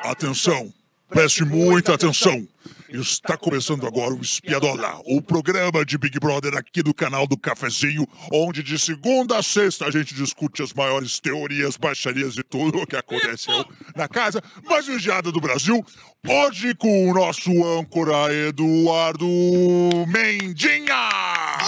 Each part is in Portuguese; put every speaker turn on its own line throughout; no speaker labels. Atenção! Preste muita atenção! Está começando agora o Espiadola, o programa de Big Brother aqui do canal do Cafezinho, onde de segunda a sexta a gente discute as maiores teorias, baixarias e tudo o que aconteceu na casa mais vigiada do Brasil. Hoje com o nosso âncora Eduardo Mendinha!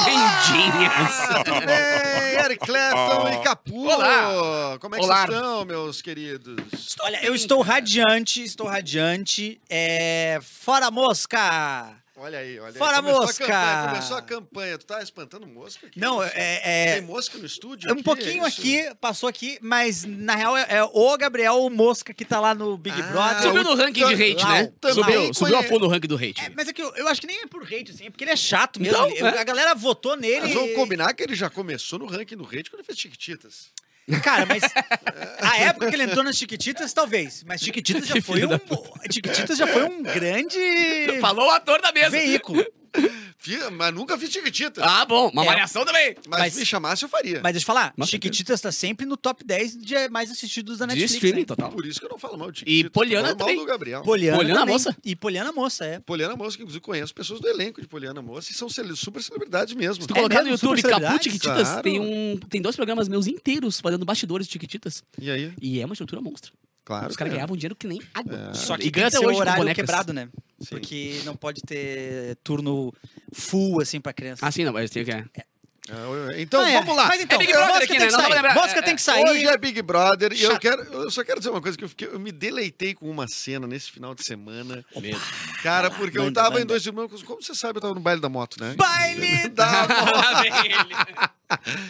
Mendinhas!
Ei, Eric Clapton e Capu!
Olá.
Como é que
Olá.
vocês estão, meus queridos?
Olha, eu estou radiante, estou radiante. É. Fora mosca!
Olha aí, olha aí.
Fora
começou
mosca!
A campanha, começou a campanha. Tu tá espantando mosca? Que
Não,
isso?
é.
Tem
é
mosca no estúdio?
é um
aqui?
pouquinho
É isso?
aqui, passou aqui, mas na real é, é o Gabriel o Mosca que tá lá no Big
Ah,
Brother.
Subiu no ranking de hate, né?
Também
Subiu,
conhe-
subiu a fundo no ranking do hate.
É, mas é que eu, eu acho que nem é por hate, assim, é porque ele é chato mesmo.
Não,
Ele-
é.
A galera votou nele.
Mas vamos combinar que ele já começou no ranking do rate quando ele fez Chiquititas.
Cara, mas a época que ele entrou nas Chiquititas, talvez. Mas Chiquititas já
Que
foi
filho da
um. Chiquititas já foi um grande
É,
Falou o ator da mesa.
veículo.
Fi- Mas nunca fiz Chiquititas.
Ah, bom, uma
É.
malhação também.
mas,
mas-
me chamasse, eu faria.
Mas deixa eu falar,
Nossa,
Chiquititas tá sempre no top 10 de mais assistidos da
De
Netflix.
streaming
né?
total.
Por isso que eu não falo mal de Chiquititas.
Poliana
falo mal
também.
do Gabriel.
Poliana,
Poliana
também.
Moça?
E Poliana Moça, é.
Poliana Moça, que inclusive conheço pessoas do elenco de Poliana Moça e são cele- super celebridades mesmo.
Se tu
É
colocar no
mesmo?
YouTube
Super
Capu
celebridades?
Tiquititas,
Claro.
tem, um, tem dois programas meus inteiros fazendo bastidores de Tiquititas.
E aí?
E é uma estrutura monstra.
Claro.
Os caras
que é.
ganhavam dinheiro que nem água.
É.
Só que
Ah. E
tem
ganha
que
até
ser o
hoje com
horário
bonecas.
quebrado, né?
Sim.
Porque não pode ter turno full, assim, pra criança.
Ah, sim, não, mas tem que...
Ah, eu- Então,
Ah, é.
vamos lá.
Mas então,
É Big Brother
Mosca
aqui,
tem
né?
que
Não dá pra
sair.
lembrar.
Mosca
É,
tem que
é.
sair.
Hoje é Big Brother e eu
Chato.
quero, eu só quero dizer uma coisa que eu, fiquei- eu me deleitei com uma cena nesse final de semana,
Medo.
cara, porque eu
manda,
tava em
manda.
dois irmãos, como você sabe, eu tava no baile da moto, né?
Baile
Da
Lá vem ele.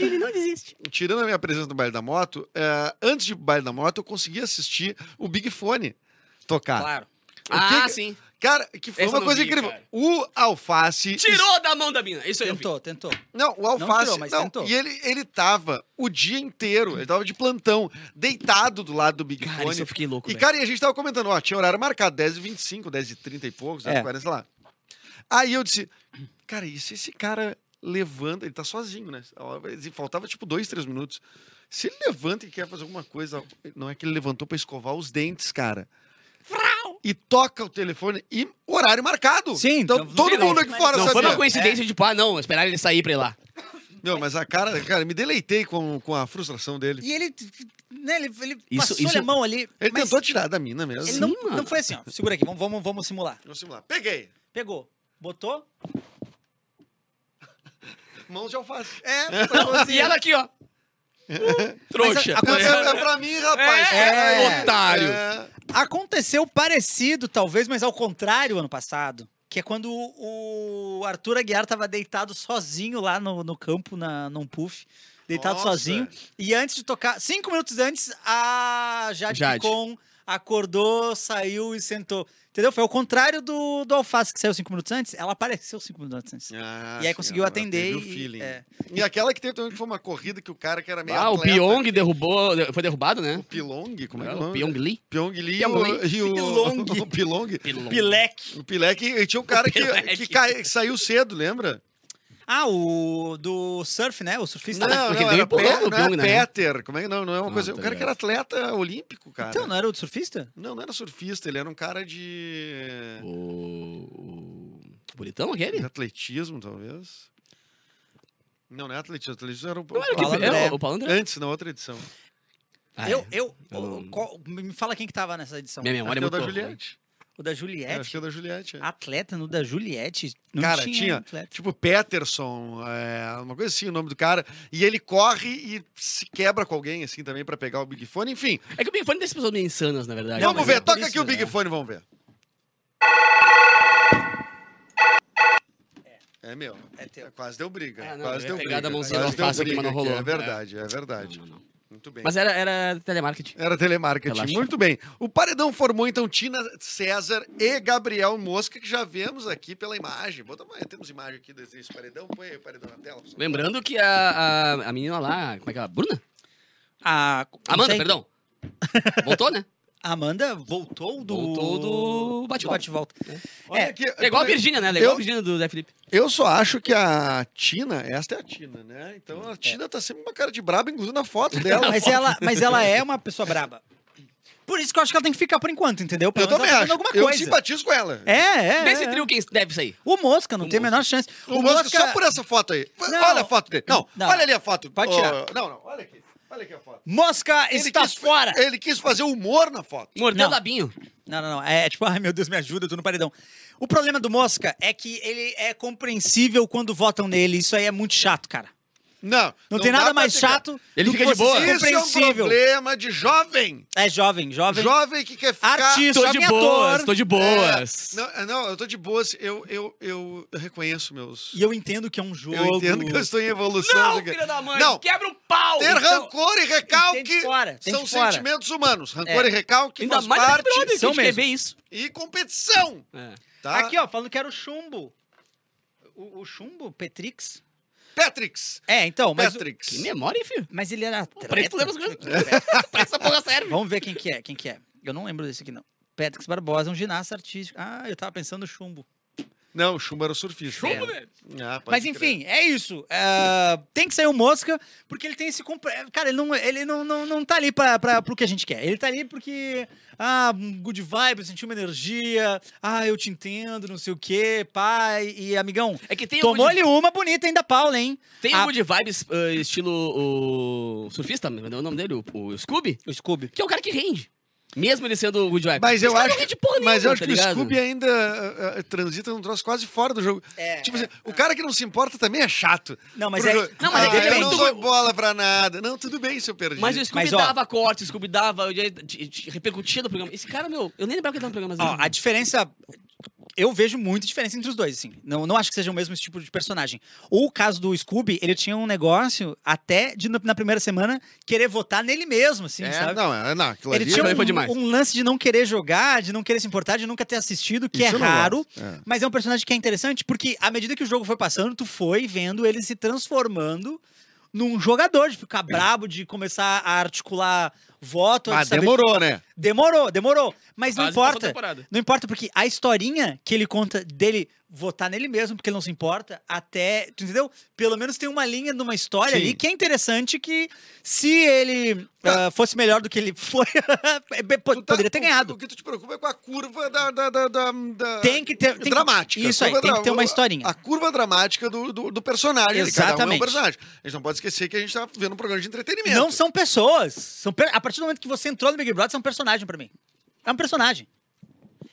Ele não desiste.
tirando a minha presença no baile da moto, eh, antes de baile da moto eu consegui assistir o Big Fone tocar.
Claro.
Ah,
que-
sim.
Cara, que foi
Esse eu
uma
não
coisa
vi,
incrível.
cara.
O Alface
Tirou da mão da mina. Isso aí eu vi.
Tentou, tentou.
Não, o Alface.
Não tirou, mas tentou.
E ele, ele tava o dia inteiro, ele tava de plantão, deitado do lado do Big
Cara,
Fone.
isso eu fiquei louco,
E,
velho.
cara, e a gente tava comentando, ó, tinha horário marcado, 10h25, 10h30 e poucos, 10h40, sei lá. Aí eu disse, cara, e se esse cara levanta, ele tá sozinho, né? E Faltava, tipo, dois, três minutos. Se ele levanta e quer fazer alguma coisa, não é que ele levantou pra escovar os dentes, cara. E toca o telefone e horário marcado.
Sim,
então
não-
todo
não-
mundo aqui fora
Não
sabia.
foi uma coincidência, de tipo, ah, não, esperar ele sair pra ir lá.
Meu, mas a cara, cara, me deleitei com, com a frustração dele.
E ele, né, ele, ele
Isso-
passou
isso-
a mão ali.
Ele
mas
tentou tirar da mina mesmo.
Ele não,
Sim, mano.
não foi assim, ó. Segura aqui, vamos, vamos, vamos simular.
Vamos lá. Peguei.
Pegou, botou.
Mãos de alface.
É, foi assim.
E ela aqui, ó. Trouxa.
a- a-
Não,
Aconteceu-
é, é pra mim, rapaz.
É,
Peraí.
otário.
É.
Aconteceu parecido, talvez, mas ao contrário ano passado. Que é quando o o Arthur Aguiar tava deitado sozinho lá no, no campo, na, num puff. Deitado
Nossa.
sozinho. E antes de tocar, cinco minutos antes, a Jade,
Jade.
Picon acordou, saiu e sentou. Entendeu? Foi ao contrário do, do Alface, que saiu cinco minutos antes. Ela apareceu cinco minutos antes.
Ah,
e aí
sim,
conseguiu
ela
atender.
teve o
e-
feeling.
é.
E aquela que teve também que foi uma corrida que o cara que era meio
Ah, o
atleta,
Pyong derrubou, foi derrubado, né?
O Pilong, como é que é o
o
nome?
Pyong Lee.
Pyong Lee e
Pyong
o, e o-
Pilong.
o Pilong.
Pileque.
O Pilek, e tinha um cara que,
Pilek.
que cai- que saiu cedo, lembra?
Ah, o do surf, né? O surfista.
Não,
Porque-
deu
era
empurrão
Pe-
no
não era
Pyong, né?
Peter, como é que não, não é uma
Ah,
coisa...
tá
o cara que era atleta olímpico, cara.
Então, não era o do surfista?
Não, não era surfista, ele era um cara de.
O... o bonitão aquele?
de atletismo, talvez. Não, não é atletismo, atletismo era o.
Não era o
Paulo
que...
André.
é, o Paulo André.
Antes, na outra edição.
Ah,
eu,
é.
eu,
Eu não-
qual- me fala quem que tava nessa edição.
Minha memória é
Acho
muito
que é o da
boa.
Juliette.
O da
É,
Juliette.
acho que é o da Juliette. é.
Ah,
Atleta no da Juliette. Não
Cara,
tinha,
tinha.
é.
atleta.
Tipo, Peterson, é, uma coisa assim, o nome do cara. E ele corre e se quebra com alguém, assim, também, pra pegar o Big Fone. Enfim,
É que o Big Fone tem essas pessoas meio insanas, na verdade.
vamos
mas
ver.
é por
Toca
isso,
aqui o Big
né?
Fone, vamos ver. É meu.
É teu.
Quase deu briga.
É, não, eu
quase
ia
deu
pegar
briga.
da mãozinha
quase
do
deu
alface aqui,
briga
mas não
aqui, É
rolou.
verdade, é verdade.
Não, não, não.
Muito bem.
Mas era, era telemarketing.
Era telemarketing.
Relaxa.
Muito bem. O paredão formou então Tina César e Gabriel Mosca, que já vemos aqui pela imagem. Bota mais, temos imagem aqui desse desse paredão. Põe aí o paredão na tela. pessoal.
Lembrando que a, a, a menina lá, como é que é? A Bruna?
A, não
Amanda,
sei,
perdão. Voltou, né?
a Amanda voltou do.
Voltou do bate-volta.
bate-volta.
Olha
É,
aqui,
É igual a
eu-
Virgínia, né? Ela é igual
Eu-
a Virgínia do Zé Felipe.
Eu só acho que a Tina, esta é a Tina, né? Então
É.
a Tina tá sempre uma cara de braba, inclusive na foto dela.
Mas ela, mas ela é uma pessoa braba. Por isso que eu acho que ela tem que ficar por enquanto, entendeu? Pelo
Eu
menos
também
ela tá
acho.
fazendo alguma
Eu
coisa.
simpatizo com ela.
É, é. é,
Desse
é.
trio, quem deve sair?
O Mosca, não
O
tem a menor chance.
O Mosca, só por essa foto aí.
Não.
Olha a foto dele. Não,
Não.
olha ali a foto.
Pode
Ô,
tirar.
Não, não, olha aqui. Olha aqui a foto.
Mosca está
quis-
fora!
Ele quis fazer humor na foto.
Mordeu
Não.
o labinho.
Não, não, não. É tipo, ai meu Deus, me ajuda, eu tô no paredão. O problema do Mosca é que ele é compreensível quando votam nele. Isso aí é muito chato, cara.
Não.
Não, tem
dá
nada
pra
mais
ter-
chato
Ele
do
fica
que
de
você
boa.
ser
Isso é um
compreensível.
problema de jovem.
É jovem, jovem.
Jovem que quer ficar...
Artista.
Tô
Jovem
de
ator.
boas, tô de boas.
Não, é, não, eu tô de boas. Eu, eu, eu reconheço meus...
E eu entendo que é um jogo.
Eu entendo que eu estou em evolução.
Não,
Zucker.
filha da mãe!
Não,
Quebra
um
o
é
pau!
ter
Então,
rancor e
tem de
recalque
fora, tem
são
de fora.
sentimentos humanos. Rancor
É.
e recalque
Ainda
faz
mais na Big
parte
Brother, que a
são
gente quer
mesmo.
ver isso.
e competição. Tá?
É. Aqui, ó, falando que era o chumbo. O, o chumbo? Petrix?
Patrix.
É, então, mas,
Patrix.
Que memória, hein, filho?
mas ele era
Pra isso
atleta.
tu lembra os grandes. Pra essa porra serve.
Vamos ver quem que é, quem que é. Eu não lembro desse aqui, não. Petrix Barbosa é um ginasta artístico. Ah, eu tava pensando no chumbo.
Não, o Chumbo era o surfista.
Chumbo,
É.
velho.
Ah, pode
Mas
crer.
enfim, é isso. Ah, tem que sair o Mosca, porque ele tem esse... compre- Cara, ele não, ele não, não, não tá ali pra, pra, pro que a gente quer. Ele tá ali porque... Ah, um good vibe, eu senti uma energia. Ah, eu te entendo, não sei o quê, pai. E, amigão,
É que tem
tomou-lhe
good,
uma bonita ainda, Paula, hein?
tem
a-
o good vibes ah, estilo o surfista, me deu o nome dele, o, o Scooby,
O Scooby.
que é o cara que rende. Mesmo ele sendo o good vibe.
Mas
Esse
eu
cara
acho
não
que-
rende porra
Mas eu
nenhuma,
acho
tá
que o
ligado?
Scooby ainda ah, ah, transita num troço quase fora do jogo.
É,
tipo assim, o cara que não se importa também é chato.
Não, mas
Pro
é...
jogo.
Não, mas é que
ah,
ele é
eu não
muito-
dou bola pra nada. Não, tudo bem se eu perdi.
Mas o Scooby
ó-
dava corte, o Scooby dava, eh, de- de- repercutia no programa. Esse cara, meu, eu nem lembrava que ele tava no programa.
Ó,
mas
a diferença. Eu vejo muita diferença entre os dois, assim. Não, não acho que seja o mesmo tipo de personagem. O caso do Scooby, ele tinha um negócio até de, na- na primeira semana, querer votar nele mesmo, assim,
é,
sabe?
Não, é, não, aquilo
Ele
ali
tinha
Isso aí foi
um,
demais.
um lance de não querer jogar, de não querer se importar, de nunca ter assistido, que
Isso
é
eu não gosto.
raro.
É.
Mas é um personagem que é interessante, porque à medida que o jogo foi passando, tu foi vendo ele se transformando num jogador, de ficar brabo, de começar a articular voto. de
Mas
saber-
demorou, né?
Demorou, demorou. Mas não
quase passou a
importa.
temporada.
Não importa, porque a historinha que ele conta dele votar nele mesmo, porque ele não se importa, até. Tu entendeu? Pelo menos tem uma linha numa história
Sim. Tá.
ali que é interessante que se ele ah, fosse melhor do que ele foi, é, po-
Tu tá-
poderia ter
o-
ganhado.
O que tu te preocupa é com a curva da. da, da, da- da-
Tem que ter. Tem que-
dramática. Ah,
Isso aí,
Curva
tem
dra-
que ter uma historinha.
A curva dramática do, do, do personagem. ali, Cada um é um
Exatamente.
personagem. A gente não pode esquecer que a gente tá vendo um programa de entretenimento.
Não são pessoas. São per- A partir do momento que você entrou no Big Brother, você é um personagem pra mim. É um personagem.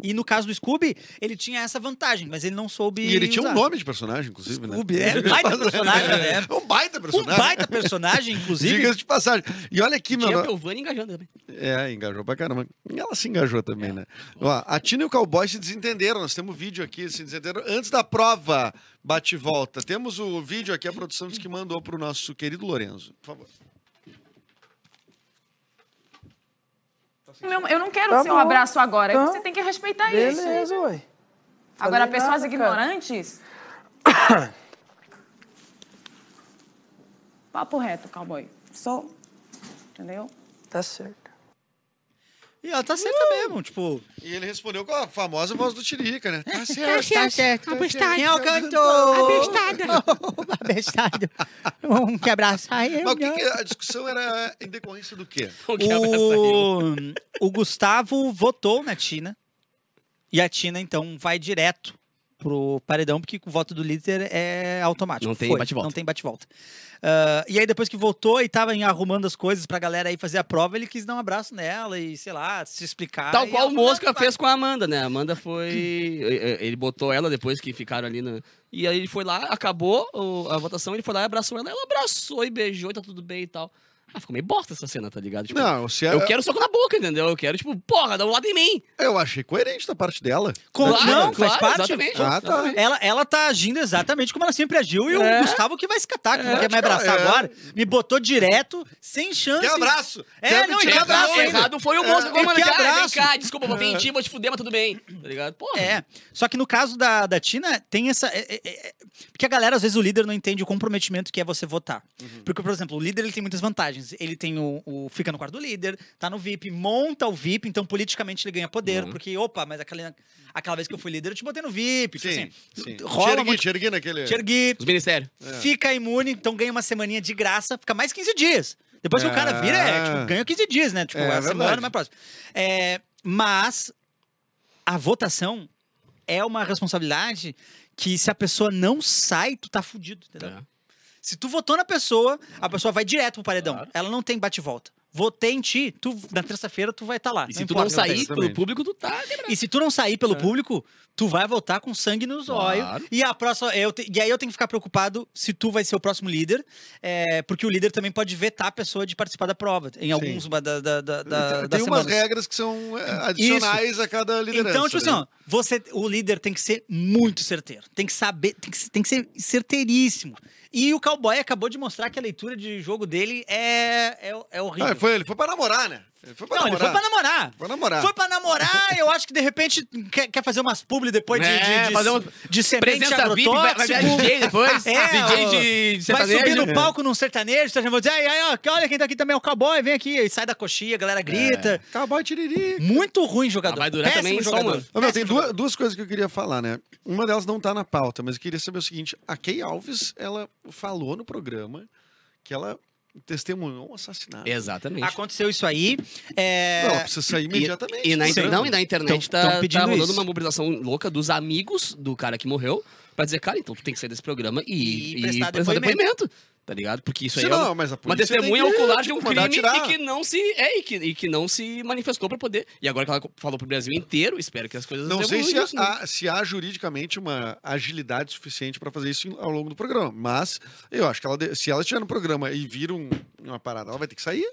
E no caso do Scooby, ele tinha essa vantagem, mas ele não soube.
E ele tinha um
usar.
nome de personagem, inclusive, né?
Scooby, é um baita personagem, né?
Um baita
Um
personagem.
baita personagem, inclusive.
Diga-se de passagem. E olha aqui,
Tinha a
meu.
Piovani engajando também.
É, engajou pra caramba. E Ela se engajou também, né? Ó, a Tina e o Cowboy se desentenderam. Nós temos um vídeo aqui, se desentenderam antes da prova bate e volta. Temos o vídeo aqui, a produção disse que mandou pro nosso querido Lorenzo. Por favor.
Meu- eu não quero
Tá
o seu
bom.
abraço agora.
Tá.
Você tem que respeitar isso.
Beleza, ué.
Agora,
Falei
pessoas
nada, cara.
ignorantes. Papo reto, cowboy. Sou. Entendeu?
Tá certo.
E ela tá certa mesmo, tipo.
E ele respondeu com a famosa voz do Tirica, né? Tá
Tá
certo.
certo.
Abestado.
Quem é o cantor? Abestado. Um quebra-saia.
Mas o que
é
que a discussão era em decorrência do quê?
O que abraça eu.
O... o Gustavo votou na Tina. E a Tina, então, vai direto pro paredão, porque o voto do líder é automático.
Não tem
Foi,
bate-volta.
Não tem bate-volta. Ah, e aí, depois que votou e tava em- arrumando as coisas pra galera aí fazer a prova, ele quis dar um abraço nela e, sei lá, se explicar.
Tal
e
qual
ela
o
falou,
Mosca
"Ah,
fez com a Amanda, né? A Amanda foi. eh, eh, Ele botou ela depois que ficaram ali na. E aí ele foi lá, acabou o- a votação, ele foi lá e abraçou ela. Ela abraçou e beijou e tá tudo bem e tal. Ah, ficou meio bosta essa cena, tá ligado? Tipo,
Não, se
Eu quero soco na boca, entendeu? Eu quero, tipo, porra, dá um lado em mim.
eu achei coerente da parte dela.
Com-
Claro,
não, faz
claro,
parte.
Exatamente.
Ah, tá.
Ela, ela tá agindo exatamente como ela sempre agiu e
É.
o Gustavo que vai se catar, que não quer me
cara,
abraçar
é.
agora, me botou direto, sem chance.
Quer abraço?
É,
Quer
não,
me
e
tirar
que
da
abraço
Errado,
onda?
ainda.
errado foi o Mosca.
É,
Como,
que
cara, vem
abraço.
cá, desculpa, vou mentir, vou te fuder, mas tudo bem. Tá ligado? Porra.
É. Só que no caso da, da Tina, tem essa. é- é- é- porque a galera, às vezes, o líder não entende o comprometimento que é você votar.
Uhum.
Porque, por exemplo, o líder ele tem muitas vantagens. Ele tem o, o- Fica no quarto do líder, tá no VIP, monta o VIP, então politicamente ele ganha poder.
Uhum.
Porque, opa, mas aquela, aquela vez que eu fui líder, eu te botei no VIP. Tipo
Sim, sim.
assim, rola
te ergui,
muito.
te ergui naquele...
Te ergui,
Os ministérios.
fica imune, então ganha uma semaninha de graça, fica mais 15 dias. Depois que o cara vira, é,
Ah.
tipo, ganha 15 dias, né? Tipo,
É,
é a
verdade.
semana mais próxima. É, mas a votação é uma responsabilidade que se a pessoa não sai, tu tá fudido, entendeu?
É.
Se tu votou na pessoa, a pessoa vai direto pro paredão.
Claro.
Ela não tem bate-volta. Votei em ti, tu, na terça-feira tu vai estar lá.
E se tu
importa
não
o que acontece.
sair pelo
exatamente.
público, tu tá.
E se tu não sair
É.
pelo público, tu vai voltar com sangue nos olhos.
Claro.
E a próxima, eu te- e aí eu tenho que ficar preocupado se tu vai ser o próximo líder, é, porque o líder também pode vetar a pessoa de participar da prova em alguns da, da, da, da,
tem
das
umas
semanas.
regras que são é, adicionais a cada liderança.
Então, tipo assim,
né?
ó, você, o líder tem que ser muito certeiro. Tem que saber, tem que, ser- tem que ser certeiríssimo. E o cowboy acabou de mostrar que a leitura de jogo dele é, é, é horrível.
Ah, foi, ele foi pra namorar, né? Ele foi pra
não, ele
namorar.
foi pra namorar.
Pra namorar.
Foi pra namorar, eu acho que de repente quer, quer fazer umas publi depois de,
É,
de, de,
fazer um-
de semente
Presença VIP, vai, vai virar
agrotóxico.
DJ depois.
É,
DJ
ó,
de, de
Vai subir
sertanejo.
no palco num sertanejo, tá chamando, dizer, ai, ai, ó, que olha quem tá aqui também é o cowboy, vem aqui, e sai da coxinha, a galera grita.
Cowboy tiriri.
Muito ruim jogador.
Ah, É. vai durar
Péssimo
também só um
jogador.
ano.
Ô, meu, tem duas, duas coisas que eu queria falar, né? Uma delas não tá na pauta, mas eu queria saber o seguinte: a Kay Alves, ela falou no programa que ela testemunhou um assassinato.
Exatamente.
Aconteceu isso aí.
Não,
É...
ela precisa sair imediatamente. né?
É, E na,
do
inter-
programa.
não, e na internet tá,
Tão- tão
tá
pedindo
rolando
isso.
uma mobilização louca dos amigos do cara que morreu pra dizer, cara, então tu tem que sair desse programa e,
E prestar
depoimento. Tá ligado? Porque isso aí
Sim,
é uma,
não, mas a
uma
polícia tem
testemunha
que
ocular de um crime
mandar
e
tirar.
que não se. É, e que, e que não se manifestou pra poder. E agora que ela falou pro Brasil inteiro, espero que as coisas
Não sei se
evoluam isso, né?
há, se há juridicamente uma agilidade suficiente para fazer isso ao longo do programa. Mas eu acho que ela de- se ela estiver no programa e vir um- uma parada, ela vai ter que sair.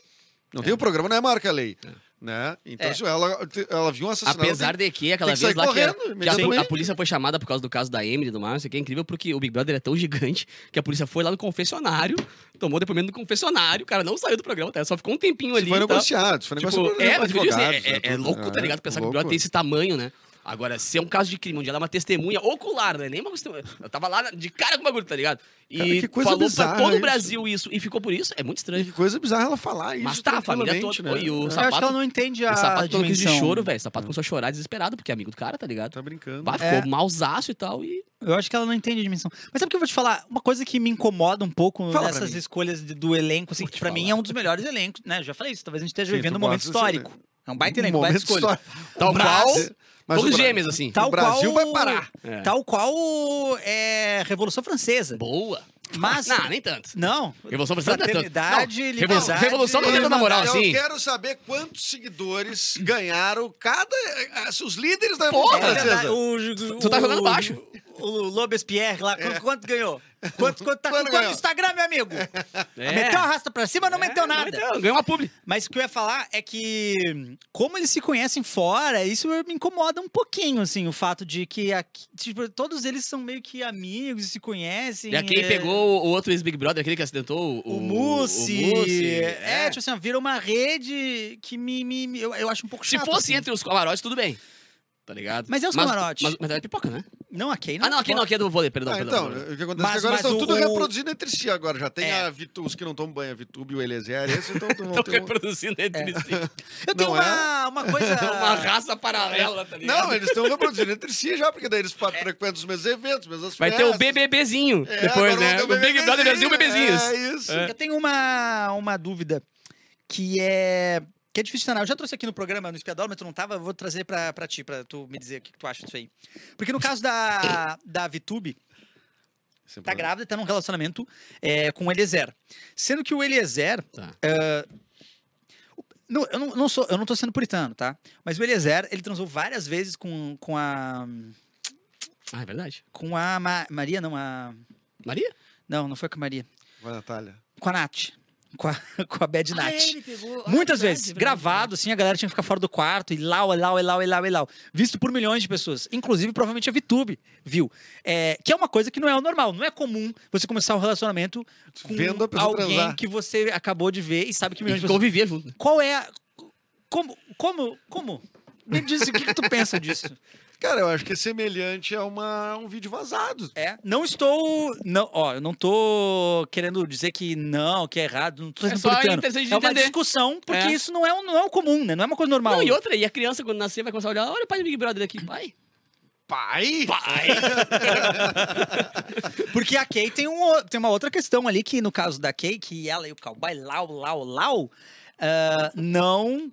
Não tem o programa, não é marca a lei. Né? Então,
É.
se ela, ela viu um assassinato.
Apesar de que aquela
tem que
vez
sair
lá que, a-
correndo,
que a- a,
imediatamente.
polícia foi chamada por causa do caso da Emily e do Mar, não sei o que, é incrível porque o Big Brother é tão gigante que a polícia foi lá no confessionário, tomou depoimento no confessionário, o cara não saiu do programa, tá? só ficou um tempinho
Se
ali.
foi
e tal.
negociado, se foi
Tipo,
negociado. por
é, mas o que eu digo, assim,
advogados,
é,
né,
é- é
tudo.
louco, tá
É,
ligado? Pensar que o
louco.
Bigode tem esse tamanho, né? Agora, se é um caso de crime onde ela é uma testemunha ocular, né? Nem uma testemunha. Eu tava lá de cara com o bagulho, tá ligado? E
Cara, que coisa
falou pra
bizarra
todo o
isso.
Brasil isso e ficou por isso. É muito
E
estranho.
que coisa bizarra ela falar isso.
Mas tá, a família
tranquilamente,
toda.
Né?
E o
Eu acho que ela
sapato.
não entende
O
a
sapato todo aquele de
dimensão.
choro, velho. O sapato começou a chorar desesperado, porque é amigo do cara, tá ligado?
Tá brincando.
Bah, ficou mausaço e tal. E
Eu acho que ela não entende a dimensão. Mas sabe o que eu vou te falar? Uma coisa que me incomoda um pouco
Fala pra
nessas
mim.
escolhas de- do elenco, assim,
Vou
que
te
pra mim
falar.
é um dos melhores elencos, né? Eu já falei isso, talvez a gente esteja
Sim,
vivendo
tu
um momento
gosta desse
histórico. É um
né?
baita elenco,
Um
baita
momento
escolha.
histórico.
Tal
Mas-
qual-
mas
todos
o Bra-
gêmeos, assim.
Tal
O Brasil
qual,
vai parar.
É.
Tal qual é Revolução Francesa.
Boa.
Mas.
Não, nem tanto.
Não.
Revolução Francesa não é tanto.
Fraternidade,
Não,
liberdade.
revolução- revolução não tenta
irmandade.
na moral,
Eu
assim.
quero saber quantos seguidores ganharam cada. as- Os líderes da
Porra,
É
Revolução
verdade,
Francesa.
o,
Tu tá jogando baixo.
O, o Lobespierre lá, quanto, quanto ganhou? Quanto, quanto tá com
Quanto
quanto
ganhou?
no Instagram, meu amigo?
É.
Meteu a rasta pra cima, não meteu
É,
nada.
meteu, Ganhou uma publi.
Mas o que eu ia falar é que, como eles se conhecem fora, isso me incomoda um pouquinho, assim, o fato de que aqui- tipo, todos eles são meio que amigos e se conhecem.
E a quem
é,
pegou o outro ex-Big Brother, aquele que acidentou o,
O Mousse.
o Mousse,
é. tipo assim, ó, vira uma rede que me. me- me- eu, eu acho um pouco
tipo, Se
chato.
fosse
assim.
entre os camarotes, tudo bem. Tá ligado?
Mas é os camarotes.
Mas, mas é pipoca, né?
Não, a Kay não.
Ah, não, aqui não, aqui é do vôlei, perdão.
Ah,
perdão,
então,
perdão.
o que acontece é
Mas-
que agora
mas
estão
o-
tudo
o-
reproduzindo entre si agora. Já tem
É.
a Vitu- os que não tomam banho, a Vitube e o Eliezer, esse então vão
Estão
ter um-
reproduzindo entre si.
Eu tenho
não
uma, uma coisa.
É uma raça paralela, tá ligado?
Não, eles estão reproduzindo entre si já, porque daí eles fa- frequentam os mesmos eventos, mesmas
Vai ter
festas.
o BBBzinho
É,
depois,
agora
né?
vão
O
ter
Big Brother Brasil, bebezinhos.
É isso.
Eu tenho uma, uma dúvida que é. Que é difícil de sanar. Eu já trouxe aqui no programa, no espiadômetro, não tava? Eu Vou trazer pra, pra ti, pra tu me dizer o que, que tu acha disso aí. Porque no caso da, da Vitube, tá grávida e tá num relacionamento é, com o Eliezer. Sendo que o Eliezer.
Tá.
é, o- não, eu, não, não sou, eu não tô sendo puritano, tá? Mas o Eliezer, ele transou várias vezes com, com a.
Ah, é verdade.
Com a Ma- Maria, não, a.
Maria?
Não, não foi com a Maria.
Vai, Natália.
Com a Nath. Com a, com a Bad Nath.
pegou.
Muitas vezes, gravado, assim, a galera tinha que ficar fora do quarto, e lau, e lau, e lau, e lau, e lau. Visto por milhões de pessoas. Inclusive, provavelmente a VTube viu. É, que é uma coisa que não é o normal. Não é comum você começar um relacionamento com
Vendo a pessoa
alguém
transar.
que você acabou de ver e sabe que milhões
E
de pessoas.
convivia junto. né?
Qual é a. Como? Como? Como? Me diz o que, que tu pensa disso.
Cara, eu acho que é semelhante a uma, um vídeo vazado.
É. Não estou. Não, ó, eu não tô querendo dizer que não, que é errado. Não tô
É
sendo
só
puritano.
interessante de
É uma
entender.
discussão, porque
É.
isso não é, um, não é o comum, né? Não é uma coisa normal.
Não, e outra, e a criança quando nascer vai começar a olhar, olha o pai do Big Brother aqui, pai.
Pai?
Porque a Kay tem, um, o- tem uma outra questão ali que, no caso da Kay, que ela e o cowboy Lau, Lau, Lau, ah, não.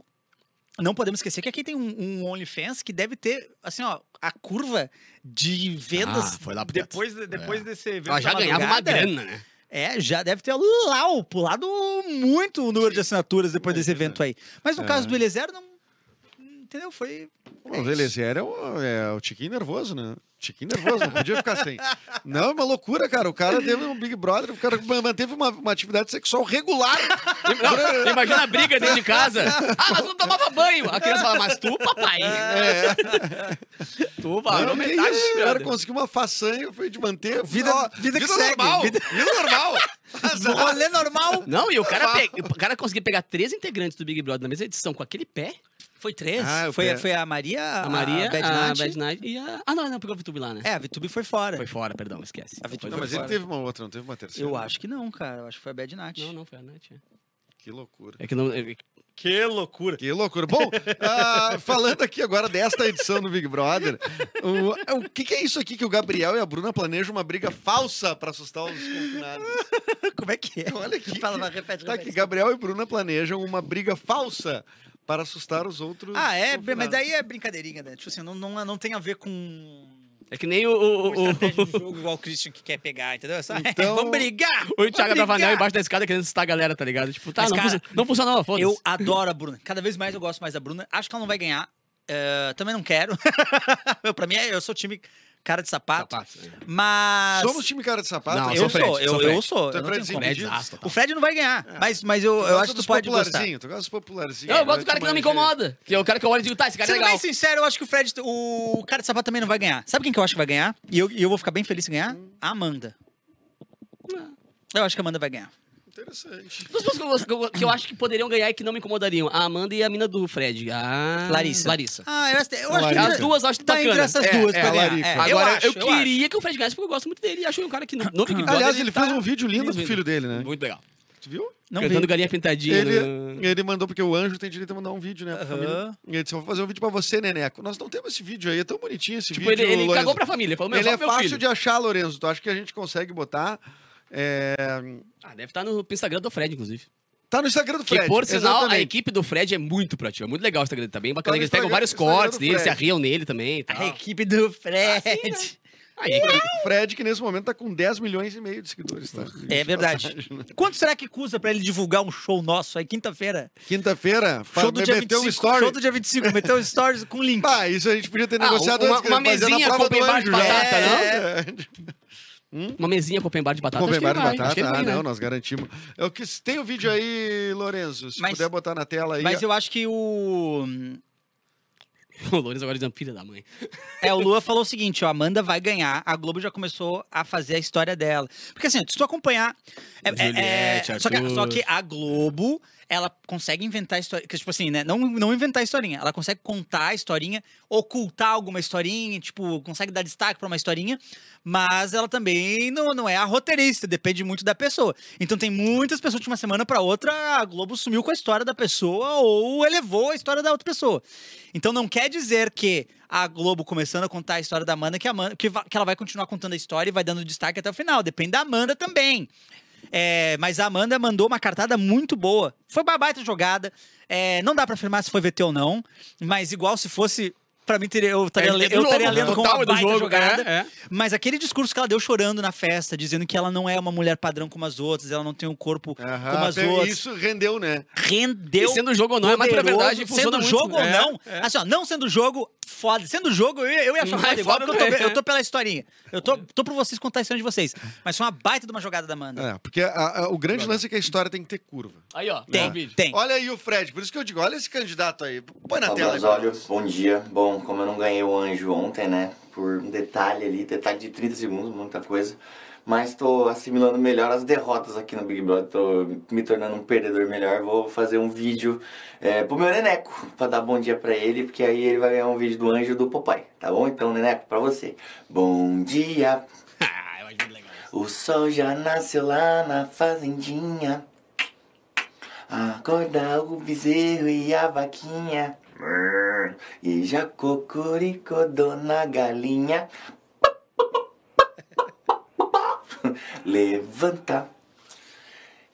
Não podemos esquecer que a Kay tem um, um OnlyFans que deve ter, assim, ó, a curva de vendas
Ah, foi lá pro teto. É.
depois, de- depois desse evento.
Ela já
da
ganhava uma
tá madrugada.
grana, né?
É, já deve ter Lau pulado muito o número de assinaturas depois desse evento
é.
aí. Mas no caso do Eliezer, não. Entendeu? Foi.
Pô, o Eliezer é o, é o Tiquinho nervoso, né? Tiquinho nervoso, não podia ficar sem. Não, é uma loucura, cara. O cara teve um Big Brother, o cara ma- manteve uma, uma atividade sexual regular.
Não, imagina a briga dentro de casa. Ah, mas tu não tomava banho. A criança fala, mas tu, papai. né?
É.
Tu
Não,
varou
que
metade.
isso, o cara
brother.
conseguiu uma façanha foi de manter.
Vida-
ó,
vida que segue,
normal.
vida-
Vida, é. normal.
Ah,
No um rolê normal.
Não, e o cara, pe- o cara conseguiu pegar três integrantes do Big Brother na mesma edição com aquele pé.
Foi três.
Ah, eu
foi,
quero.
foi a Maria,
A Maria,
a Ah, Bad
a
Night.
Bad Night e a... Ah, não, não, pegou a VTube lá, né?
É, a VTube foi fora.
Foi fora, perdão, esquece.
A VTube
Não, mas
foi
ele
fora.
teve uma outra, não teve uma terceira. né?
Eu acho que não, cara. Eu acho que foi a Bad Night.
Não, não, foi a Night. é.
Que loucura.
É que não... é-
Que loucura.
Que loucura. Bom, ah, falando aqui agora desta edição do Big Brother, o, o que, que é isso aqui que o Gabriel e a Bruna planejam uma briga falsa para assustar os confinados?
Como é que é?
Olha aqui.
Fala, vai, repete,
Tá aqui,
repete.
Gabriel e Bruna planejam uma briga falsa para assustar os outros.
Ah, é?
confinados.
Mas daí é brincadeirinha, né? Tipo assim, não, não, não tem a ver com...
É que nem o... o,
com
o,
estratégia de jogo igual o Christian que quer pegar, entendeu? É só,
Então-
vamos brigar!
o
vamos
Thiago Bravanel
brigar!
embaixo da escada querendo assustar a galera, tá ligado? Tipo, tá,
Mas,
não,
cara,
funcionou, não funcionou, foda-se.
Eu adoro a Bruna. Cada vez mais eu gosto mais da Bruna. Acho que ela não vai ganhar. Eh, também não quero. Eu, pra mim, é- eu sou time cara de sapato.
Sapato, é.
Mas...
Somos time cara de sapato.
Não,
hein?
eu
sou Fred,
sou, eu,
sou
eu
Fred.
Tu
sou.
é
eu não tenho
Fredzinho.
como.
Fred Zasto,
O
tá.
Fred não vai ganhar, mas, mas
Tu
eu, eu
gosta
acho que
dos
tu pode gostar.
popularzinho, Tu gosta dos popularzinhos.
Não, eu
né?
gosto do cara que não me
Tipo,
incomoda. Que é o cara que eu olho e digo, tá, esse cara é
Sendo bem
legal.
sincero, eu acho que o Fred, o cara de sapato também não vai ganhar. Sabe quem que eu acho que vai ganhar? E eu, e eu vou ficar bem feliz se ganhar? A Amanda. Eu acho que a Amanda vai ganhar.
Interessante.
Duas pessoas que eu gosto- que eu, que eu acho que poderiam ganhar e que não me incomodariam. A Amanda e a mina do Fred. A...
Larissa.
Ah, Larissa.
Ah, eu, acho- eu acho que
Larissa.
As duas eu acho
tá
bacana.
entre essas duas
é,
pra
a
ganhar.
Larica.
É,
Agora, eu,
acho, acho.
queria que o Fred ganhasse porque eu gosto muito dele. e Acho ele um cara que no, no Big Brother...
Aliás, ele fez
tá
um vídeo lindo pro filho dele, né?
Muito né? legal.
Tu viu?
Não
Cantando
vi.
Galinha Pintadinha. no-
Ele, ele mandou, porque o anjo tem direito a mandar um vídeo, né? pra
Aham.
família. E ele disse: Eu vou fazer um vídeo pra você, Neneco. Nós não temos esse vídeo aí, é tão bonitinho esse
Tipo,
vídeo.
ele, ele
Lorenzo.
cagou pra família. Falou, meu,
Ele
só
é
pro meu
fácil
filho.
de achar, Lorenzo. Tu acha que a gente consegue botar? é,
Ah, deve estar no Instagram do Fred, inclusive.
Tá no Instagram do Fred.
que, por sinal, é a
exatamente.
equipe do Fred é muito proativa. É muito legal o Instagram dele, tá bem bacana.
Tá no
Eles pegam
Instagram-
vários
Instagram do
cortes dele, se
Fred.
arriam nele também e tal.
A equipe do Fred.
Ah,
Né?
e-
O Fred, que nesse momento tá com 10 milhões e meio de seguidores, tá?
né?
É verdade.
Assim,
Quanto será que custa pra ele divulgar um show nosso aí, quinta-feira?
Quinta-feira,
Show
fa-
do dia
meteu um
25.
story.
Show do dia 25, meteu um stories com link.
Pá, isso a gente podia ter
Ah,
negociado
uma-
antes.
uma
mas é na
mesinha
prova
com
do
open bar
anjo,
de
já.
batata,
É.
Uma mesinha com open bar de batata.
Com
acho
open
que
bar de
ele vai, acho
batata.
que ele
Ah,
vai, né?
não, nós garantimos. É o que, tem o vídeo aí, Lorenzo, se
Mas-
puder botar na tela aí.
Mas eu acho que o.
O Lourenço agora dizendo filha da mãe.
É, o Lua falou o seguinte: ó, Amanda vai ganhar. A Globo já começou a fazer a história dela. Porque assim, se tu acompanhar. é- é- é-
Juliette,
só, que,
Arthur.
só que a Globo, ela consegue inventar história. que, Tipo assim, né? Não, não inventar historinha. Ela consegue contar a historinha, ocultar alguma historinha, tipo, consegue dar destaque pra uma historinha. Mas ela também não, não é a roteirista, depende muito da pessoa. Então tem muitas pessoas de uma semana pra outra, a Globo sumiu com a história da pessoa ou elevou a história da outra pessoa. Então não quer dizer que a Globo começando a contar a história da Amanda, que, a Amanda que, va- que ela vai continuar contando a história e vai dando destaque até o final. Depende da Amanda também. É, mas a Amanda mandou uma cartada muito boa. Foi uma baita jogada. É, não dá pra afirmar se foi VT ou não, mas igual se fosse. Pra mim, teria- eu estaria
É,
le-
é do
eu estaria
jogo,
lendo com
total
uma
é do
baita
jogo,
jogada.
é, é.
Mas aquele discurso que ela deu chorando na festa, dizendo que ela não é uma mulher padrão como as outras, ela não tem um corpo
Aham,
como as
até
outras.
Isso rendeu, né?
Rendeu.
é E sendo jogo ou não, é mais pra
poderoso,
verdade, funciona
Sendo
muito,
É.
jogo ou
né?
não. Assim, ó, não sendo jogo, foda. Sendo jogo, eu, eu ia achar
Mas
foda igual,
foda
porque eu tô,
não é.
eu tô pela historinha. Eu tô, tô por vocês contar a história de vocês. Mas foi uma baita de uma jogada da Amanda.
É, porque a- a- o grande lance é que a história tem que ter curva.
Aí, ó.
É.
ó o
Tem,
vídeo.
tem.
Olha aí o Fred, por isso que eu digo, olha esse candidato aí. Põe na
Fala,
tela. aí,
Osório. Tá Bom dia. Bom, como eu não ganhei o anjo ontem, né? Por um detalhe ali, detalhe de 30 segundos, muita coisa. Mas tô assimilando melhor as derrotas aqui no Big Brother. Tô me tornando um perdedor melhor. Vou fazer um vídeo é, pro meu Neneco, pra dar bom dia pra ele, porque aí ele vai ganhar um vídeo do anjo do papai, tá bom? Então, Neneco, pra você. Bom dia.
Ah, eu acho muito legal.
O sol já nasceu lá na fazendinha. Acorda o bezerro e a vaquinha. E já cocoricodou na galinha. Levanta,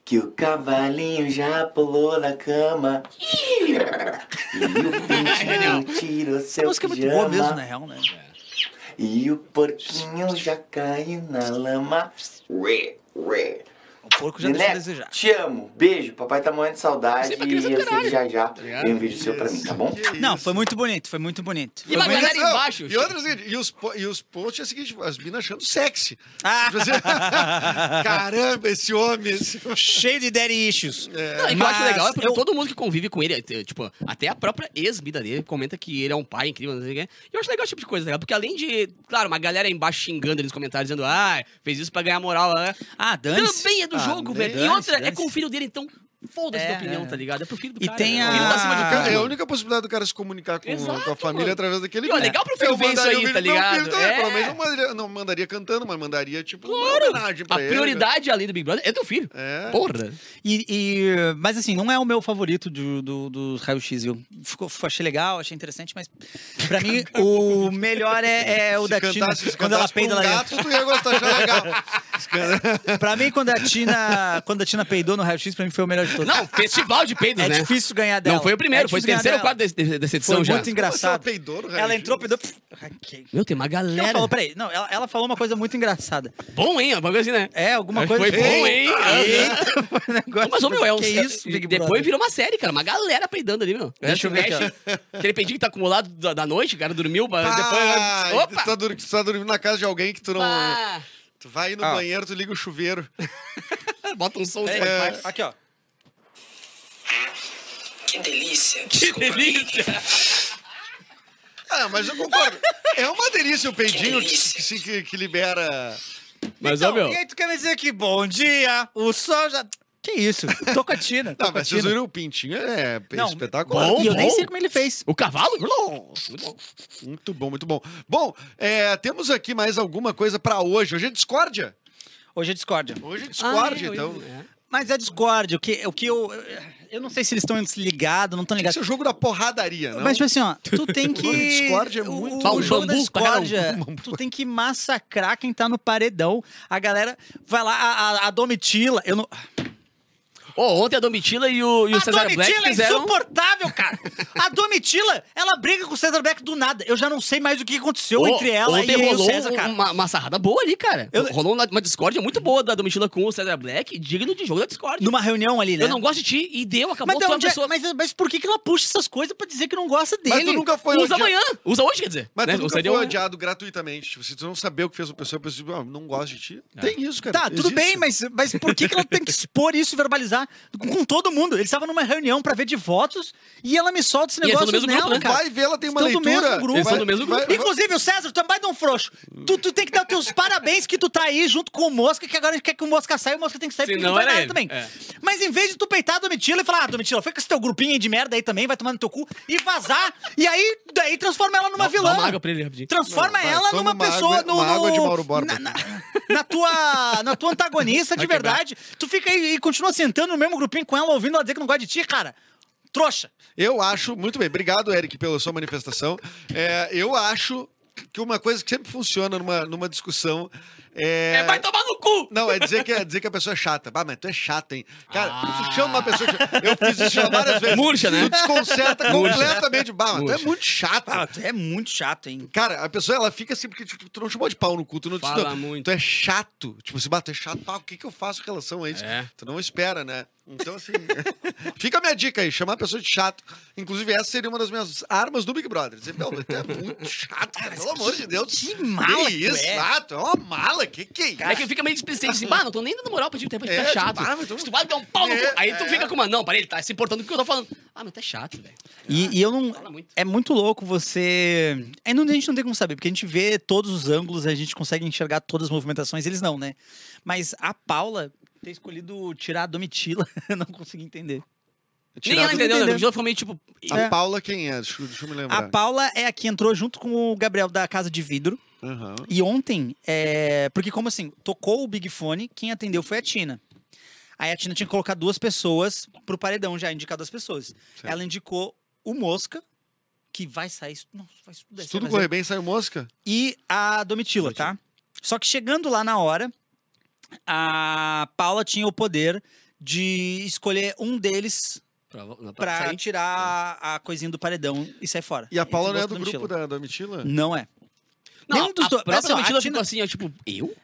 que o cavalinho já pulou na cama. E o pintinho tirou
Essa
seu
música é muito boa
pijama.
mesmo, na real, né?
E o porquinho já caiu na lama. Ué, ué.
O porco já deixou a desejar.
te amo. Beijo. Papai tá morrendo de saudade.
Sempre
E
criança do
eu sei
caralho. Tá
que já já
ligado?
tem um vídeo seu pra mim, tá bom?
Não, foi muito bonito, foi muito bonito.
E uma
Mas-
galera
não,
embaixo.
E outra é o seguinte, e os, po- e os posts é o seguinte, as minas achando sexy.
Ah.
Tipo assim, Caramba, esse homem. Esse...
Cheio de daddy issues.
Não, e o que eu acho
Mas
legal é porque
eu-
todo mundo que convive com ele, te- tipo, até a própria ex-vida dele comenta que ele é um pai incrível, não sei o quê. E eu acho legal esse tipo de coisa, tá ligado? Porque além de, claro, uma galera aí embaixo xingando ele nos comentários, dizendo, ah, fez isso pra ganhar moral, né?
Ah, dane
Também é do
Ah,
jogo,
nem-
velho. E
dane-se,
outra, é
dane-se.
com o filho dele, então foda-se
É,
tua opinião,
é.
tá ligado? É pro filho do
E
cara.
tem
né?
a-
Ele tá acima de
Cara,
tudo.
é a única possibilidade do cara se comunicar com,
Exato,
com a família
mano.
através daquele
E, ó, legal pro filho
Eu
ver isso
mandaria
aí,
o vídeo pro
tá
meu
ligado?
filho também,
É.
pelo menos eu mandaria, não mandaria cantando, mas mandaria tipo uma homenagem pra
A
ele.
prioridade além do Big Brother é teu filho.
É.
Porra.
E, e- mas assim, não é o meu favorito do, do, do Raio X, viu? Ficou, ficou- achei legal, achei interessante, mas pra mim o melhor é, é o
Se
da
cantasse-
Tina.
se
Quando ela
cantasse pra
peida
um
lá dentro.
gato, tu ia gostar, achar legal.
Pra mim, quando a Tina, quando a Tina peidou no Raio X, pra mim foi o melhor de todos.
Não, festival de peidos,
é
né?
difícil ganhar dela.
Não foi o primeiro,
É
foi o
difícil
terceiro
ganhar
ou
dela.
quarto desse- desse- dessa edição
Foi
já.
muito engraçado.
Ela peidou no Raio
Ela
X?
entrou, peidou. pff, arranquei.
Meu, tem uma
Ela
galera.
falou, peraí, não, ela, ela falou uma coisa muito engraçada.
Bom, hein? Uma coisa assim, né?
É, alguma
Mas
coisa.
foi bom, hein? É.
Eita, foi um negócio.
Mas, ô, meu, é um.
Que isso, Big
depois
Brother? É,
virou uma série, cara. Uma galera peidando ali, meu.
Deixa eu ver aqui,
Aquele peidinho que tá acumulado da, da noite, o cara dormiu, mas
Ah,
depois.
Tu tá,
Opa!
dur- tu tá dormindo na casa de alguém que tu
então,
não.
Pá!
Tu vai no
Ah.
banheiro, tu liga o chuveiro.
Bota um som.
Peraí,
É.
Aqui, ó.
Que delícia.
Que delícia!
Ah, mas eu concordo. É uma delícia o peidinho que, que, se- que- que libera.
Mas,
Então,
ó, meu.
E aí, tu quer me dizer que bom dia, o sol já. Que isso? Tô com a Tina. Tô
Não,
com a
mas vocês
Tina.
viram o pintinho, é
Não,
espetacular.
bom.
e eu nem sei como ele fez.
O cavalo? Muito bom.
Muito bom, muito bom. Bom, é, temos aqui mais alguma coisa pra hoje. Hoje é discórdia.
Hoje é discórdia.
Hoje é discórdia,
Ah,
então.
eu- é.
Mas é discórdia. O que, o que eu. Eu não sei se eles estão ligados, não estão ligados.
Esse é o jogo da porradaria, não?
Mas, tipo assim, ó, tu tem que.
O nome Discord é muito-
O,
Fala
o
um
jogo da
bambu, carrega um
Discordia, tu tem que massacrar quem tá no paredão. A galera vai lá, a, a- a Domitila. Eu não...
Ô, ontem a Domitila e o, e o
a
Cesar Black
Domitila é
fizeram.
insuportável, cara! A Domitila, ela briga com o César Black do nada. Eu já não sei mais o que aconteceu
Ô,
entre ela
ontem
e, o
rolou
César,
um-
cara.
Uma, uma sarrada boa ali, cara.
Eu-
Rolou uma, uma discórdia muito boa da Domitila com o Cesar Black, digno de jogo da discórdia.
Numa reunião ali, né?
Eu não gosto de ti e deu, acabou
mas, de
a tua
onde é-
pessoa.
mas, mas por que, que ela puxa essas coisas pra dizer que não gosta dele?
Mas tu nunca foi
Usa
odiado-
amanhã. é- Usa hoje, quer dizer.
Mas
né?
tu nunca foi é-
Usaria hoje.
odiado gratuitamente. Tipo, se tu não saber o que fez a pessoa, a pessoa diz, "Ah, não gosta de ti.
É.
Tem isso, cara.
Tá, tudo
Existe.
bem, mas, mas por que, que ela tem que expor isso e verbalizar com, com todo mundo? Eles estavam numa reunião pra ver de votos e ela me solta esse
eles
negócio
são do mesmo
nela,
grupo, né?
cara.
Vai ver, ela tem uma
Estão do
leitura.
mesmo grupo.
Eles são
Vai-
do mesmo grupo.
vai-
Inclusive, o César é também não um frouxo. Tu, tu tem que dar teus parabéns que tu tá aí junto com o Mosca, que agora a gente quer que o Mosca saia, o Mosca tem que sair
Se
porque
não,
não vai
era
nada
ele.
também.
É.
Mas em vez de tu peitar a Domitila e falar, ah, Domitila, fica com esse teu grupinho aí de merda aí também, vai tomar no teu cu, e vazar, e aí daí transforma ela numa
Dá- dá
É vilã.
uma água pra ele rapidinho.
Transforma
Não, vai,
ela
toma
numa
uma
pessoa.
água-
no,
uma
no-
água de Mauro Borba.
Na, na- na tua, na tua antagonista de
Vai quebrar.
verdade. Tu fica aí e continua sentando no mesmo grupinho com ela, ouvindo ela dizer que não gosta de ti, cara. Trouxa.
Eu acho, muito bem, obrigado, Eric, pela sua manifestação. É, eu acho que uma coisa que sempre funciona numa, numa discussão é.
É, vai tomar no cu!
Não, é dizer, que, é dizer que a pessoa é chata. Ah, mas tu é chata, hein? Cara, tu chama uma pessoa. chata. Eu fiz isso já várias vezes.
Ah. Murcha, né?
Tu desconcerta
Murcha.
completamente. Bah, mas tu é
Murcha.
muito chata.
Ah, tu é muito chato, hein?
Cara, a pessoa ela fica assim, porque tipo, tu não chamou de pau no cu, tu não disse,
Fala
não,
muito.
Tu é chato. Tipo, se bater chato, ah, o que, que eu faço em relação a isso?
É.
Tu não espera, né? Então, assim, fica a minha dica aí, chamar a pessoa de chato. Inclusive, essa seria uma das minhas armas do Big Brother. Dizer, meu, tu é muito chato, cara, pelo amor de Deus.
que mala
Que
que tu
isso,
é.
ah, tu é uma mala, que que é isso?
É que fica meio displicente assim, bah, não tô nem dando moral pra ti, tempo,
É,
tá chato.
tipo, ah, mas tu-
Se tu vai dar um pau no
É,
cu, aí tu
é.
fica com uma, não, peraí, ele tá se importando com o que eu tô falando. Ah, mas tu é chato, velho.
E, e eu não.
Fala muito.
É muito louco você. É, não, a gente não tem como saber, porque a gente vê todos os ângulos, a gente consegue enxergar todas as movimentações, eles não, né? Mas a Paula ter escolhido tirar a Domitila, eu não consegui entender.
Nem ela
Tirado-
entendeu, né?
entendeu.
O Gila ficou meio tipo.
A Paula quem é? Deixa, eu- deixa eu me lembrar.
A Paula é a que entrou junto com o Gabriel da Casa de Vidro.
Aham.
E ontem, é, porque como assim, tocou o Big Fone, quem atendeu foi a Tina. Aí a Tina tinha que colocar duas pessoas pro paredão já, indicar duas pessoas. Ela indicou o Mosca que vai sair. isso- Nossa, vai estudar.
Se tudo correr bem, saiu mosca.
E a Domitila, tá? Só que chegando lá na hora, a Paula tinha o poder de escolher um deles
Pra, na- pra
pra
sair.
tirar a coisinha do paredão e sair fora.
E a Paula não é
gosto
do grupo da Domitila?
Não é.
Não,
nenhum dos
a
dois-
própria
assim, ó, a
Domitila
Tina-
ficou assim, ó, tipo, eu?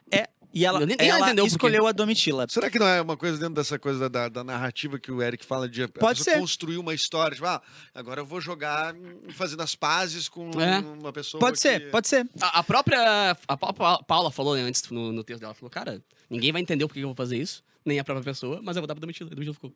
E ela,
Eu nem- nem
ela
entendeu por quê.
escolheu a Domitila.
Será que não é uma coisa dentro dessa coisa da, da narrativa que o Eric fala de a
Pode
pessoa
ser.
construir uma história? Tipo, ah, agora eu vou jogar hum, fazendo as pazes com
É.
uma pessoa.
Pode ser,
que-
pode ser.
A, a própria a Pa- Pa- Paula falou né, antes no, no texto dela, falou, cara, ninguém vai entender por que eu vou fazer isso, nem a própria pessoa, mas eu vou dar pra Domitila. E a Domitila ficou...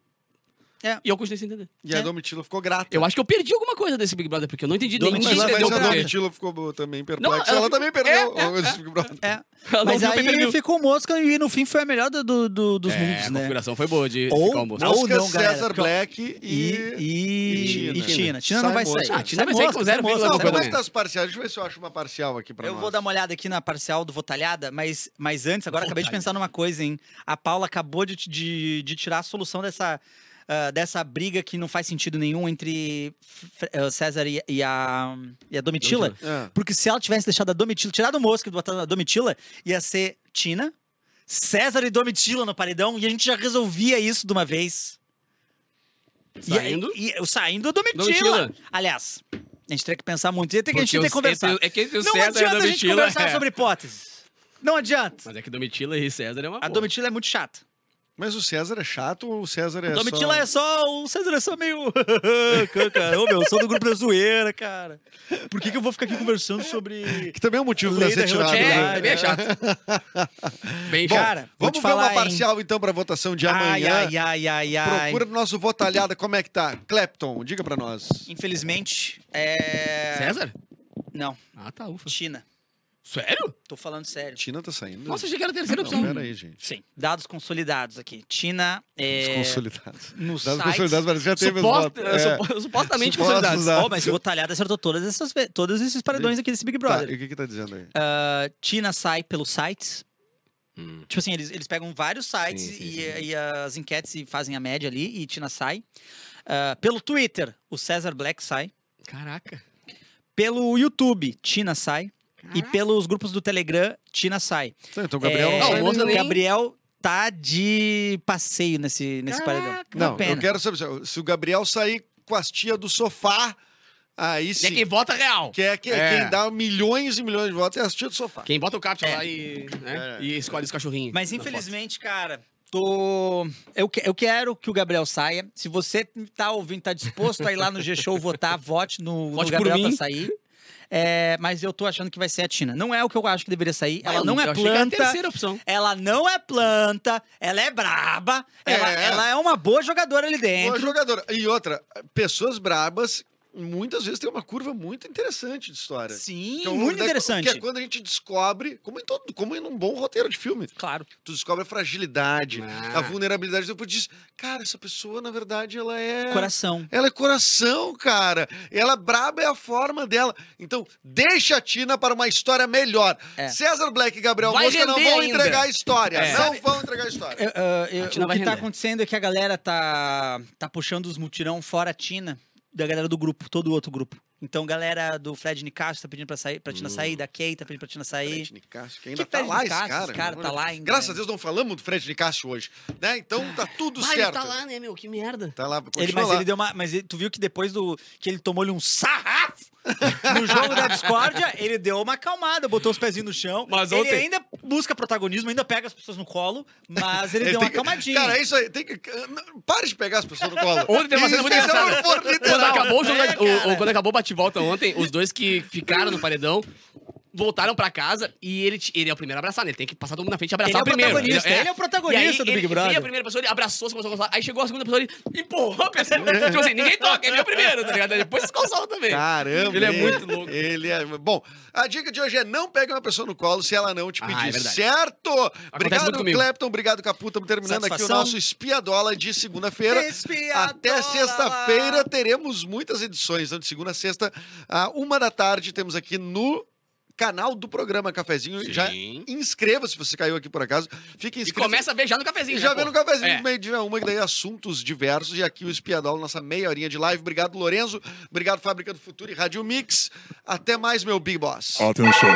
É.
E eu continuei sem entender.
E a
É.
Domitila ficou grata.
Eu acho que eu perdi alguma coisa desse Big Brother, porque eu não entendi nem
Domitila
ninguém
mas,
entendeu
mas a
por quê.
Domitila ficou bo- também perplexa.
ela
ela também perdeu.
é,
o Big Brother.
Ela não
Mas
viu o
aí
pay-per-view.
ficou mosca e no fim foi a melhor do, do- dos
É,
mundos,
a
né?
configuração foi boa de assim.
Ou
ficar almoço.
Ou
Oscar,
não, galera,
César
porque eu-
Black
E,
e...
e,
e
e
Tina.
Tina. Tina não
Sai
vai
mosca.
sair.
Ah, Tina vai
Sai
sair com
mosca,
zero
sai
Não,
vírgula
mosca.
alguma
como é
coisa,
que tá as parciais? Deixa eu ver se eu acho uma parcial aqui pra
Eu
nós.
vou dar uma olhada aqui na parcial do Votalhada, mas, mas antes, agora acabei de pensar numa coisa, hein? A Paula acabou de, de, de tirar a solução dessa, ah, dessa briga que não faz sentido nenhum entre Fre- eh, César e, e a, e a Domitila.
Domitila.
É.
Porque se ela tivesse deixado a Domitila, tirado o Mosca e botado a Domitila, ia ser Tina, César e Domitila no paredão, e a gente já resolvia isso de uma vez. E aí-
Saindo?
E, eu saindo a Domitila.
Domitila.
Aliás, a gente teria que pensar muito, ia ter que, a gente
Porque
ia ter
os-
que conversar.
entre- É que entre o
Não
César e a
adianta a gente
Domitila...
conversar
é.
sobre hipóteses. Não adianta.
Mas é que Domitila e César é uma
A
boa.
Domitila é muito chata.
Mas o César é chato ou o César é
A Domitila
só...
é só. O César é só meio. cara, ô meu, eu sou do grupo da zoeira, cara. Por que, que eu vou ficar aqui conversando sobre.
Que também é um motivo pra
Lei
ser
da
tirado.
relatividade.
né?
É, ele é chato. Bem
Bom,
chato.
Cara, vou
Vamos
te
ver
É, falar,
uma parcial, então, pra votação de
Ai,
amanhã.
ai, ai, ai, ai.
Procura no nosso Votalhada como é que tá. Clapton, diga pra nós.
Infelizmente, é.
César?
Não,
Ah, tá, ufa.
China.
Sério?
Tô falando sério.
Tina tá saindo.
Nossa, achei que era a terceira opção.
não, pera aí, gente.
Sim, dados consolidados aqui. China é.
Desconsolidados.
No
Dados
site.
consolidados, mas já teve
Suposta-
os votos. É.
supo- supostamente
Supostos,
consolidados.
ah.
Ó, Oh, mas o Talhada acertou todas essas, ve- todos esses paredões aqui desse Big
Tá,
Brother.
e o que que tá dizendo aí?
Ah, Tina sai pelos sites. Tipo assim, eles, eles pegam vários sites
Sim, sim,
e,
sim.
e as enquetes e fazem a média ali e Tina sai. Ah, pelo Twitter, o César Black sai.
Caraca.
Pelo YouTube, Tina sai. E pelos grupos do Telegram, Tina sai.
Então, então o Gabriel
É,
não
Não,
sai.
o outro
o
nem-
Gabriel tá de passeio nesse, nesse
Caraca.
paredão. Uma
Não, eu
pena.
quero saber se- se o Gabriel sair com as tia do sofá, aí
E é
sim.
quem vota real.
Que é, que-
É.
quem dá milhões e milhões de votos é as tia do sofá.
Quem bota o captcha
É.
lá e, né,
É.
e escolhe os cachorrinhos.
Mas
na
infelizmente, cara, tô. Eu, que- eu quero que o Gabriel saia. Se você tá ouvindo, tá disposto a ir lá no G-Show votar, vote no, no
Vote por
Gabriel pra
mim.
sair. É, mas eu tô achando que vai ser a Tina. Não é o que eu acho que deveria sair.
foto.
Ela
Ah,
não
eu
é
achei que era a
planta.
terceira opção.
Ela não é planta. Ela é braba. Ela,
É.
ela é uma boa jogadora ali
Boa
dentro.
jogadora. E outra, pessoas brabas muitas vezes têm uma curva muito interessante de história.
Sim,
Que é um
muito
lugar-
interessante.
Que é quando a gente descobre, como em, todo, como em um bom roteiro de filme,
Claro.
tu descobre a fragilidade,
Ah.
a vulnerabilidade. Depois diz, cara, essa pessoa, na verdade, ela é.
Coração.
Ela é coração, cara. Ela braba é a forma dela. Então, deixa a Tina para uma história melhor.
É.
César Black e Gabriel
Vai
Mosca não
render
vão
ainda.
entregar a história.
É.
Não vão entregar a história.
Eu- eu- eu-
A Tina
o
vai
que tá
render.
acontecendo é que a galera tá, tá puxando os mutirão fora a Tina da galera do grupo, todo o outro grupo. Então, galera do Fred Nicasso tá pedindo pra, sair, pra Tina sair, da Kay tá pedindo pra Tina sair.
Hum. Fred Nicásio, que ainda
Que
tá
Fred
lá esse
Nicásio,
cara.
esse cara
né?
tá lá ainda,
Graças
né?
a Deus não falamos do Fred Nicásio hoje, né? Então tá tudo
Vai, ele
certo.
tá lá, né, meu? Que merda.
Tá lá,
Ele,
continua
mas
lá.
ele deu uma. Mas ele- tu viu que depois do. que ele tomou-lhe um sarrafo no jogo da discórdia, ele deu uma acalmada, botou os pezinhos no chão.
Mas
ele
ontem-
ainda busca protagonismo, ainda pega as pessoas no colo, mas ele,
Ele
deu
tem
uma
que-
acalmadinha.
Cara, é isso aí. Tem que... não, Pare de pegar as pessoas no colo.
Ontem teve uma cena muito
Isso, se eu não
engraçada.
for
Quando
literal.
acabou o jogo,
É,
da- o-
cara.
o- quando acabou o bate-volta ontem, os dois que ficaram no paredão voltaram pra casa e ele, t- ele é o primeiro a abraçar, né? Ele tem que passar todo mundo na frente e
ele é
abraçar
o
primeiro.
protagonista, ele é o
E aí,
protagonista do
ele
Big
veio
Brother.
a primeira pessoa, ele abraçou, se começou a consolar. Aí chegou a segunda pessoa, ele empurrou a pessoa. tipo assim, ninguém toca, ele é o primeiro, tá ligado? Aí Depois se consola também.
Caramba.
Ele é muito louco.
Ele é... Bom, a dica de hoje é não pegue uma pessoa no colo se ela não te
Ah,
pedir,
é verdade.
certo?
muito
Obrigado,
comigo.
Clepton. Obrigado, Capu. Estamos terminando aqui o
Satisfação.
nosso Espiadola de segunda-feira.
Espiadola.
Até sexta-feira teremos muitas edições. Então, de segunda a sexta, à uma da tarde, temos aqui no canal do programa Cafezinho. Já
Sim.
inscreva-se se você caiu aqui por acaso. Fique
E
inscrito.
começa a beijar no cafezinho.
E já
né,
vê
pô?
no cafezinho
É.
do meio-dia uma, que daí assuntos diversos. E aqui o Espiadola, nossa meia horinha de live. Obrigado, Lorenzo. Obrigado, Fábrica do Futuro e Rádio Mix. Até mais, meu Big Boss.
Atenção.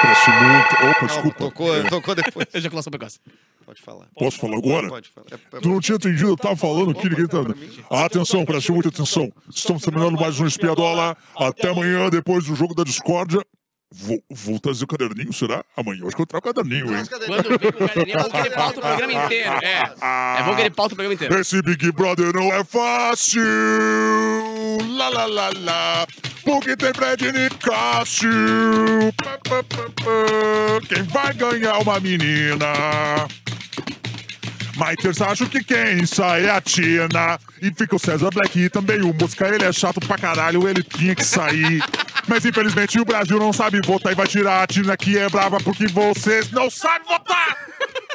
Cresce muito. Opa,
Calma,
desculpa.
Tocou, é. tocou depois.
Ejaculação precoce.
Pode falar.
Posso falar agora?
Pode falar. É- é-
Tu não tinha entendido, eu tava falando aqui, ninguém tá.
Opa, tá pra mim.
Atenção, preste muita atenção. Estamos terminando mais um Espiadola. Até amanhã, depois do jogo da discórdia. Vou, vou trazer o caderninho, será? Amanhã. Eu Acho que eu trago o caderninho, hein?
Mas cadê-
Quando vem com o caderninho, é bom que ele pauta o programa inteiro. É. É bom que ele pauta o programa inteiro.
Esse Big Brother não é fácil. Lá, lá, lá, lá. Porque tem Fred Nicásio. Pá, pá, pá, pá. Quem vai ganhar uma menina? Maiters acho que quem sai é a Tina. E fica o César Black e também o Mosca. Ele é chato pra caralho, ele tinha que sair. Mas infelizmente o Brasil não sabe votar e vai tirar a Tina que é brava porque vocês não sabem votar!